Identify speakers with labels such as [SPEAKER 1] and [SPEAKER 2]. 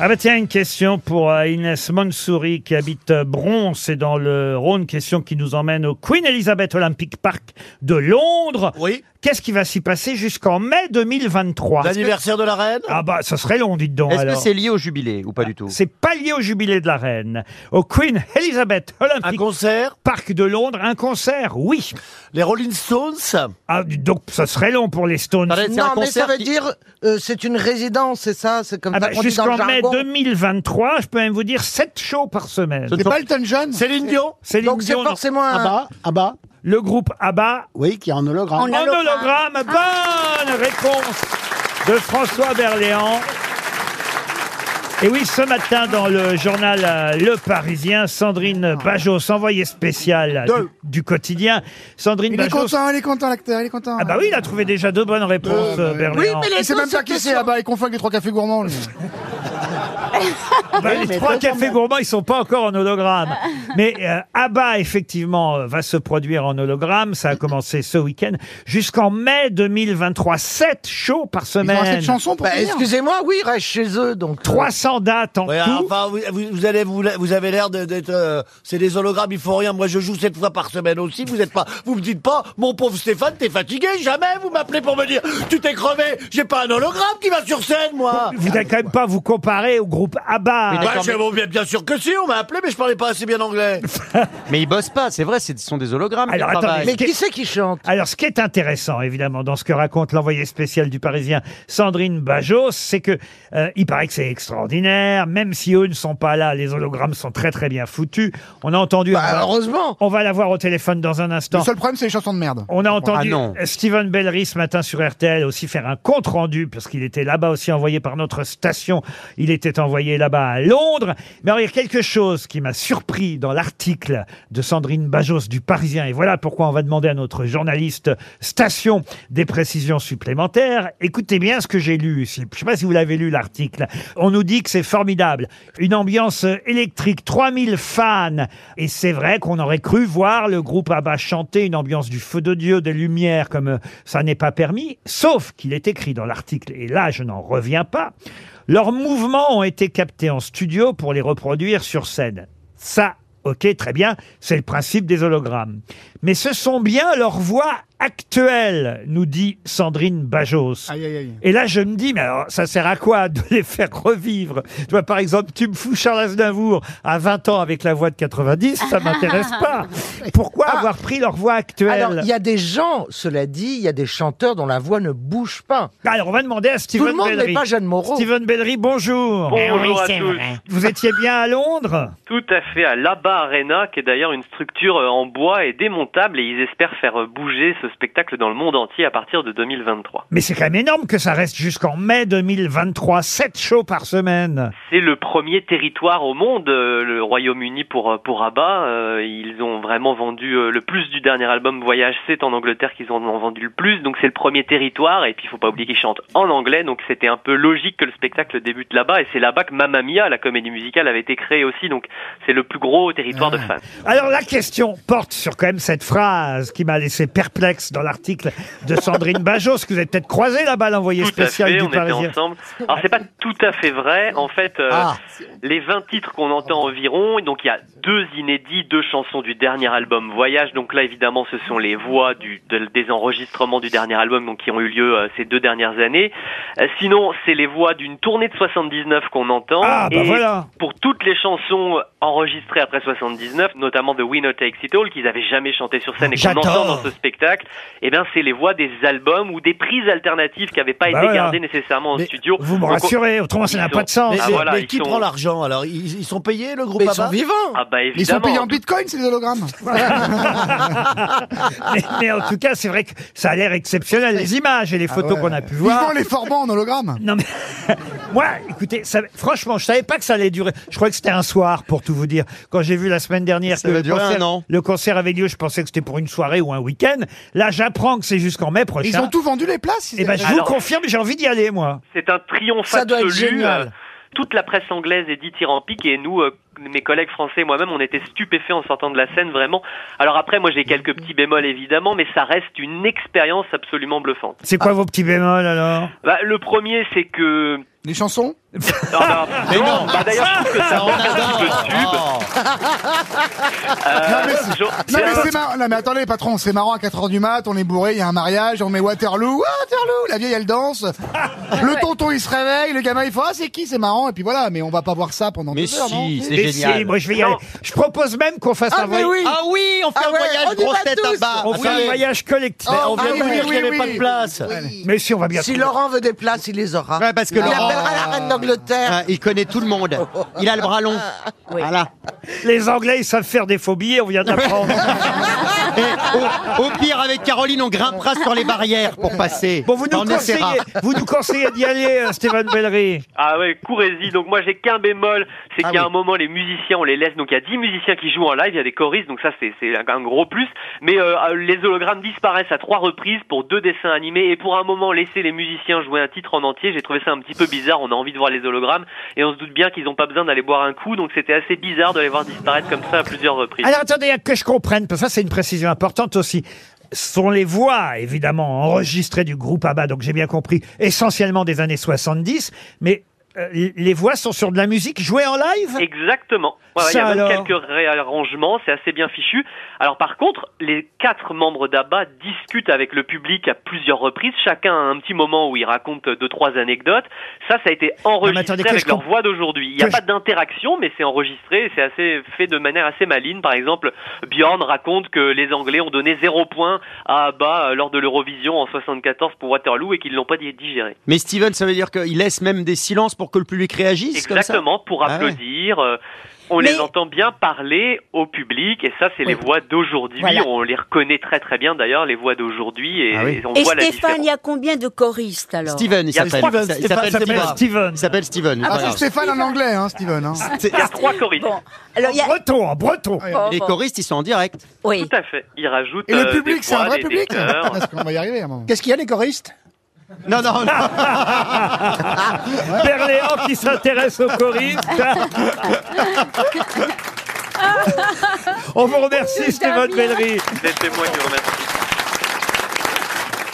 [SPEAKER 1] Ah bah tiens, une question pour euh, Inès Monsouri qui habite euh, Bron, c'est dans le Rhône, question qui nous emmène au Queen Elizabeth Olympic Park de Londres.
[SPEAKER 2] Oui.
[SPEAKER 1] Qu'est-ce qui va s'y passer jusqu'en mai 2023
[SPEAKER 2] L'anniversaire de la reine
[SPEAKER 1] Ah bah ça serait long, dites donc
[SPEAKER 3] Est-ce que
[SPEAKER 1] alors.
[SPEAKER 3] c'est lié au jubilé ou pas du tout
[SPEAKER 1] C'est pas lié au jubilé de la reine. Au Queen Elizabeth
[SPEAKER 2] Un
[SPEAKER 1] Olympic
[SPEAKER 2] concert
[SPEAKER 1] Park de Londres, un concert, oui.
[SPEAKER 2] Les Rolling Stones
[SPEAKER 1] Ah, dites donc ça serait long pour les Stones.
[SPEAKER 3] Attendez, c'est un
[SPEAKER 4] Non, mais ça
[SPEAKER 3] concert
[SPEAKER 4] veut
[SPEAKER 3] qui-
[SPEAKER 4] dire, euh, c'est une résidence, c'est ça, c'est comme
[SPEAKER 1] Ah
[SPEAKER 4] ça
[SPEAKER 1] bah,
[SPEAKER 4] qu'on dit dans le
[SPEAKER 1] jusqu'en mai
[SPEAKER 4] jargon.
[SPEAKER 1] 2023, je peux même vous dire 7 shows par semaine.
[SPEAKER 3] Ce ne
[SPEAKER 5] C'est
[SPEAKER 3] sont-
[SPEAKER 5] pas Elton John
[SPEAKER 2] Céline Dion
[SPEAKER 1] Céline
[SPEAKER 4] Donc c'est
[SPEAKER 1] Dion, non.
[SPEAKER 4] forcément un...
[SPEAKER 5] Abba, Abba,
[SPEAKER 1] le groupe ABBA
[SPEAKER 5] bah, ah oui, qui est en hologramme.
[SPEAKER 1] en hologramme. Bonne réponse de François Berléand. Et oui, ce matin, dans le journal euh, Le Parisien, Sandrine Bajos, envoyée spéciale du,
[SPEAKER 5] Deux.
[SPEAKER 1] du quotidien. Sandrine
[SPEAKER 5] Il est
[SPEAKER 1] Bajos.
[SPEAKER 5] content, il est content, l'acteur, il est content.
[SPEAKER 1] Bah, Ah bah oui, il a trouvé déjà deux bonnes réponses,
[SPEAKER 5] Deux,
[SPEAKER 1] euh,
[SPEAKER 5] oui.
[SPEAKER 4] Oui,
[SPEAKER 1] Berléand.
[SPEAKER 4] mais les
[SPEAKER 5] Il sait
[SPEAKER 4] deux
[SPEAKER 5] même pas
[SPEAKER 4] étaient
[SPEAKER 5] qui c'est,
[SPEAKER 4] sur-
[SPEAKER 5] ah bah il confond avec les trois cafés gourmands. lui.
[SPEAKER 1] Ah bah, les trois cafés gourmands, ils sont pas encore en hologramme. Mais euh, Abba, effectivement, euh, va se produire en hologramme. Ça a commencé ce week-end jusqu'en mai 2023. Sept shows par
[SPEAKER 5] Ils ont assez
[SPEAKER 1] semaine.
[SPEAKER 5] de chansons pour
[SPEAKER 4] Bah,
[SPEAKER 5] finir.
[SPEAKER 4] excusez-moi, oui, reste chez eux, donc...
[SPEAKER 1] 300 dates en
[SPEAKER 2] Ouais,
[SPEAKER 1] tout.
[SPEAKER 2] enfin, vous, vous- vous allez, vous, vous avez l'air de- d'être. euh, c'est des hologrammes, il faut rien. Moi, je joue sept fois par semaine aussi. Vous êtes pas. Vous me dites pas, mon pauvre Stéphane, t'es fatigué Jamais vous m'appelez pour me dire, tu t'es crevé. J'ai pas un hologramme qui va sur scène, moi.
[SPEAKER 1] Vous n'allez quand même pas vous comparer au groupe ABBA.
[SPEAKER 3] Oui,
[SPEAKER 2] Bah,
[SPEAKER 3] D'accord,
[SPEAKER 2] j'ai-
[SPEAKER 3] mais-
[SPEAKER 2] bon, bien, bien sûr que si, on m'a appelé, mais je parlais pas assez bien anglais.
[SPEAKER 3] Mais ils bossent pas, c'est vrai, c'est- ce sont des hologrammes. qui
[SPEAKER 1] Alors, attendez,
[SPEAKER 3] travaillent.
[SPEAKER 4] Mais qui c'est qui chante
[SPEAKER 1] Alors, ce qui est intéressant, évidemment, dans ce que raconte l'envoyée spéciale du Parisien, Sandrine Bajos, c'est que euh, il paraît que c'est extraordinaire, même si eux ne sont pas là, les hologrammes sont très très bien foutus. On a entendu, on,
[SPEAKER 4] Bah,
[SPEAKER 1] va,
[SPEAKER 4] heureusement
[SPEAKER 1] on va la voir au téléphone dans un
[SPEAKER 5] Le
[SPEAKER 1] instant.
[SPEAKER 5] seul problème, c'est les chansons de merde.
[SPEAKER 1] On a entendu
[SPEAKER 3] Ah non.
[SPEAKER 1] Steven Bellery ce matin sur RTL aussi faire un compte rendu parce qu'il était là-bas aussi envoyé par notre station. Il était envoyé là-bas à Londres. Mais alors, il y a quelque chose qui m'a surpris dans l'article de Sandrine Bajos du Parisien. Et voilà pourquoi on va demander à notre journaliste station des précisions supplémentaires. Écoutez bien ce que j'ai lu. ici. Je ne sais pas si vous l'avez lu l'article. On nous dit que c'est formidable. Une ambiance électrique, 3000 fans. Et c'est vrai qu'on aurait cru voir le groupe ABBA chanter une ambiance du feu de Dieu, des lumières, comme euh, ça n'est pas permis. Sauf qu'il est écrit dans l'article, et là je n'en reviens pas, leurs mouvements ont été captés en studio pour les reproduire sur scène. Ça, ok, très bien, c'est le principe des hologrammes. Mais ce sont bien leurs voix actuelles, nous dit Sandrine Bajos.
[SPEAKER 5] Aïe, aïe, aïe.
[SPEAKER 1] Et là, je me dis, mais alors, ça sert à quoi de les faire revivre Tu vois, par exemple, tu me fous Charles Aznavour à 20 ans avec la voix de 90, ça m'intéresse pas. Pourquoi avoir pris leur voix actuelle
[SPEAKER 4] Ah. Alors,
[SPEAKER 1] alors,
[SPEAKER 4] il y a des gens, cela dit, il y a des chanteurs dont la voix ne bouge pas.
[SPEAKER 1] Bah, on va demander à
[SPEAKER 4] Tout
[SPEAKER 1] Steven
[SPEAKER 4] le monde n'est
[SPEAKER 1] Bellery.
[SPEAKER 4] pas Eh Jeanne Moreau.
[SPEAKER 1] Steven Bellery, bonjour.
[SPEAKER 6] Bonjour à tous.
[SPEAKER 1] Vous étiez bien à Londres
[SPEAKER 6] Tout à fait à l'ABBA Arena, qui est d'ailleurs une structure euh, en bois et démontable, et ils espèrent faire euh, bouger ce spectacle dans le monde entier à partir de 2023.
[SPEAKER 1] Mais c'est quand même énorme que ça reste jusqu'en mai 2023, 7 shows par semaine.
[SPEAKER 6] C'est le premier territoire au monde, euh, le Royaume-Uni pour, euh, pour ABBA. Euh, Ils ont vraiment vendu euh, le plus du dernier album Voyage, c'est en Angleterre qu'ils en ont vendu le plus, donc c'est le premier territoire, et puis il faut pas oublier qu'ils chantent en anglais, donc c'était un peu logique que le spectacle débute là-bas, et c'est là-bas que Mamma Mia, la comédie musicale, avait été créée aussi, donc c'est le plus gros territoire de fans.
[SPEAKER 1] Alors la question porte sur quand même cette phrase qui m'a laissé perplexe dans l'article de Sandrine Bajos, que vous avez peut-être croisé là-bas, l'envoyé
[SPEAKER 6] Tout à
[SPEAKER 1] spécial
[SPEAKER 6] fait,
[SPEAKER 1] du
[SPEAKER 6] on était
[SPEAKER 1] Parisien.
[SPEAKER 6] ensemble. Alors c'est pas tout à fait vrai. En fait, euh, les 20 titres qu'on entend environ, et donc il y a deux inédits, deux chansons du dernier album Voyage. Donc là, évidemment, ce sont les voix du, de- des enregistrements du dernier album, donc qui ont eu lieu euh, ces deux dernières années. Euh, sinon, c'est les voix d'une tournée de 79 qu'on entend.
[SPEAKER 1] Ah, bah
[SPEAKER 6] Et
[SPEAKER 1] voilà.
[SPEAKER 6] pour toutes les chansons enregistrées après 79, notamment de Winner Takes It All, qu'ils avaient jamais chanté sur scène et qu'on
[SPEAKER 1] J'adore.
[SPEAKER 6] entend dans ce spectacle, eh bien, c'est les voix des albums ou des prises alternatives qui n'avaient pas
[SPEAKER 1] Bah
[SPEAKER 6] été
[SPEAKER 1] voilà.
[SPEAKER 6] gardées nécessairement en
[SPEAKER 2] Mais
[SPEAKER 6] studio.
[SPEAKER 1] Vous me
[SPEAKER 6] Donc, on-
[SPEAKER 1] rassurez, autrement ça
[SPEAKER 6] Ils
[SPEAKER 1] n'a
[SPEAKER 6] sont-
[SPEAKER 1] pas de sens.
[SPEAKER 6] Ah,
[SPEAKER 2] mais,
[SPEAKER 6] voilà,
[SPEAKER 2] mais
[SPEAKER 6] ils
[SPEAKER 2] qui
[SPEAKER 6] sont-
[SPEAKER 2] prend l'argent Alors, ils, ils sont payés, le groupe
[SPEAKER 4] Mais ils
[SPEAKER 2] ABBA
[SPEAKER 4] sont vivants
[SPEAKER 6] Ah bah
[SPEAKER 5] Ils sont
[SPEAKER 6] évidemment.
[SPEAKER 5] payés en bitcoin, c'est des hologrammes.
[SPEAKER 1] Mais, mais en tout cas, c'est vrai que ça a l'air exceptionnel, les images et
[SPEAKER 3] Ah
[SPEAKER 1] les photos qu'on a pu
[SPEAKER 5] Ils font
[SPEAKER 1] voir. Bah,
[SPEAKER 5] les formats en hologramme.
[SPEAKER 1] Non mais moi, écoutez, ça- franchement, je savais pas que ça allait durer. Je crois que c'était un soir, pour tout vous dire. Quand j'ai vu la semaine dernière
[SPEAKER 3] Ça
[SPEAKER 1] que
[SPEAKER 3] va
[SPEAKER 1] le
[SPEAKER 3] durer un
[SPEAKER 1] concert,
[SPEAKER 3] an.
[SPEAKER 1] le concert avait lieu, je pensais que c'était pour une soirée ou un week-end. Là, j'apprends que c'est jusqu'en mai prochain.
[SPEAKER 5] Ils ont tout vendu les places.
[SPEAKER 1] Et ben, je vous
[SPEAKER 6] Alors-
[SPEAKER 1] confirme, j'ai envie d'y aller, moi.
[SPEAKER 6] C'est un triomphe
[SPEAKER 4] Ça doit être
[SPEAKER 6] absolu.
[SPEAKER 4] génial.
[SPEAKER 6] Euh, Toute la presse anglaise est dithyrambique et nous, euh, mes collègues français et moi-même, on était stupéfaits en sortant de la scène, vraiment. Alors après, moi j'ai quelques petits bémols évidemment, mais ça reste une expérience absolument bluffante.
[SPEAKER 1] C'est quoi vos petits bémols alors
[SPEAKER 6] Bah, le premier, c'est que
[SPEAKER 5] Les chansons
[SPEAKER 6] Non, non,
[SPEAKER 3] Mais non.
[SPEAKER 6] Bah, D'ailleurs, je trouve que
[SPEAKER 3] Ah,
[SPEAKER 6] ça
[SPEAKER 2] Ah,
[SPEAKER 6] manque un petit peu de tube. Euh,
[SPEAKER 5] Non, mais c'est-
[SPEAKER 6] Jo-
[SPEAKER 5] Non mais,
[SPEAKER 6] Pierre-
[SPEAKER 5] c'est marrant. non mais attendez patron, c'est marrant à 4h du mat, on est bourré, il y a un mariage, on met Waterloo, Ah, Waterloo, la vieille elle danse, le tonton il se réveille, le gamin il fait ah c'est qui, c'est marrant, et puis voilà, mais on va pas voir ça pendant
[SPEAKER 3] Mais
[SPEAKER 5] deux heures, non
[SPEAKER 3] si, c'est
[SPEAKER 1] Mais si,
[SPEAKER 3] génial.
[SPEAKER 1] moi je vais y aller.
[SPEAKER 6] Non.
[SPEAKER 1] Je propose même qu'on fasse un
[SPEAKER 5] Ah mais
[SPEAKER 1] voyage.
[SPEAKER 5] oui
[SPEAKER 3] Ah oui, on fait
[SPEAKER 5] Ah
[SPEAKER 3] un
[SPEAKER 5] ouais,
[SPEAKER 3] voyage
[SPEAKER 5] on y
[SPEAKER 3] grosse
[SPEAKER 5] va
[SPEAKER 3] tête à
[SPEAKER 5] tous.
[SPEAKER 3] bas.
[SPEAKER 1] On fait un
[SPEAKER 3] Attendez.
[SPEAKER 1] voyage collectif.
[SPEAKER 5] Oh,
[SPEAKER 2] Ah, on vient
[SPEAKER 5] ah
[SPEAKER 2] de vous
[SPEAKER 5] oui,
[SPEAKER 2] dire qu'il
[SPEAKER 5] oui,
[SPEAKER 2] n'y avait
[SPEAKER 5] oui,
[SPEAKER 2] pas de
[SPEAKER 5] oui.
[SPEAKER 2] place.
[SPEAKER 1] Mais si, on va bien
[SPEAKER 4] Si
[SPEAKER 1] trouver.
[SPEAKER 4] Laurent veut des places, il les aura.
[SPEAKER 3] Ouais, parce que
[SPEAKER 4] il
[SPEAKER 3] Laurent-
[SPEAKER 4] appellera la reine d'Angleterre.
[SPEAKER 3] Ah, Il connaît tout le monde. Il a le bras long. Voilà.
[SPEAKER 1] Les Anglais, ils savent faire des faux billets, on vient d'apprendre.
[SPEAKER 3] Et au, au pire, avec Caroline, on grimpera sur les barrières pour passer.
[SPEAKER 1] bon, vous nous
[SPEAKER 3] On
[SPEAKER 1] conseillez,
[SPEAKER 3] essaiera.
[SPEAKER 1] vous nous conseillez d'y aller, euh, Stéphane Bellery.
[SPEAKER 6] Ah ouais, courez-y. Donc moi j'ai qu'un bémol, c'est
[SPEAKER 3] Ah
[SPEAKER 6] qu'il y a
[SPEAKER 3] oui.
[SPEAKER 6] un moment les musiciens on les laisse. Donc il y a 10 musiciens qui jouent en live, il y a des choristes, donc ça c'est c'est un un gros plus. Mais euh, euh, les hologrammes disparaissent à trois reprises pour deux dessins animés et pour un moment laisser les musiciens jouer un titre en entier. J'ai trouvé ça un petit peu bizarre. On a envie de voir les hologrammes et on se doute bien qu'ils n'ont pas besoin d'aller boire un coup. Donc c'était assez bizarre de les voir disparaître comme ça à plusieurs reprises.
[SPEAKER 1] Alors attendez, que je comprenne, parce que ça c'est une précision importante aussi. Ce sont les voix, évidemment, enregistrées du groupe ABBA, donc j'ai bien compris, essentiellement des années 70, mais euh, les voix sont sur de la musique jouée en live
[SPEAKER 6] Exactement. Ouais, ouais, Il
[SPEAKER 1] Ça
[SPEAKER 6] y a
[SPEAKER 1] alors
[SPEAKER 6] même quelques réarrangements, c'est assez bien fichu. Alors par contre, les quatre membres d'ABBA discutent avec le public à plusieurs reprises. Chacun a un petit moment où il raconte euh, deux trois anecdotes. Ça, ça a été enregistré
[SPEAKER 1] mais attendez, que
[SPEAKER 6] avec
[SPEAKER 1] je
[SPEAKER 6] leur
[SPEAKER 1] comp-
[SPEAKER 6] voix d'aujourd'hui. Il n'y a
[SPEAKER 1] que
[SPEAKER 6] pas d'interaction, mais c'est enregistré. et C'est assez fait de manière assez maligne. Par exemple, Bjorn raconte que les Anglais ont donné zéro point à ABBA euh, lors de l'Eurovision en 74 pour Waterloo et qu'ils l'ont pas di- digéré.
[SPEAKER 3] Mais Steven, ça veut dire qu'il laisse même des silences pour que le public réagisse comme ça
[SPEAKER 6] Exactement, pour
[SPEAKER 3] Ah ouais.
[SPEAKER 6] applaudir. euh, On
[SPEAKER 7] Mais-
[SPEAKER 6] les entend bien parler au public et ça c'est les
[SPEAKER 7] Oui.
[SPEAKER 6] voix d'aujourd'hui.
[SPEAKER 7] Voilà.
[SPEAKER 6] On les reconnaît très très bien d'ailleurs les voix d'aujourd'hui et,
[SPEAKER 3] Ah oui.
[SPEAKER 6] et on
[SPEAKER 7] Et
[SPEAKER 6] voit
[SPEAKER 7] Stéphane, il y
[SPEAKER 6] la différence.
[SPEAKER 7] a combien de choristes alors
[SPEAKER 3] Steven, il
[SPEAKER 6] Il y a
[SPEAKER 3] s'appelle.
[SPEAKER 6] trois-
[SPEAKER 3] Il s'appelle
[SPEAKER 1] Stéphane s'appelle
[SPEAKER 3] Steven.
[SPEAKER 1] Steven.
[SPEAKER 3] Il s'appelle Steven.
[SPEAKER 5] Ah
[SPEAKER 3] Voilà.
[SPEAKER 5] c'est Stéphane en anglais, hein Steven. hein.
[SPEAKER 3] C'est-
[SPEAKER 6] Il y a trois choristes.
[SPEAKER 7] Bon, alors il y a.
[SPEAKER 1] Breton, en breton.
[SPEAKER 7] bon,
[SPEAKER 3] Les
[SPEAKER 7] bon.
[SPEAKER 3] choristes, ils sont en direct.
[SPEAKER 7] Oui.
[SPEAKER 6] Tout à fait. Ils rajoutent.
[SPEAKER 5] Et le
[SPEAKER 6] euh, des
[SPEAKER 5] public, c'est un
[SPEAKER 6] voix,
[SPEAKER 5] vrai
[SPEAKER 6] des- des
[SPEAKER 5] public
[SPEAKER 6] chœurs.
[SPEAKER 5] Parce qu'on va y arriver à un moment.
[SPEAKER 4] Qu'est-ce qu'il y a, les choristes
[SPEAKER 3] Non, non, non.
[SPEAKER 1] Ah Berléand qui s'intéresse aux choristes. On vous remercie, Stéphane Bellery.
[SPEAKER 6] Laissez-moi vous remercier.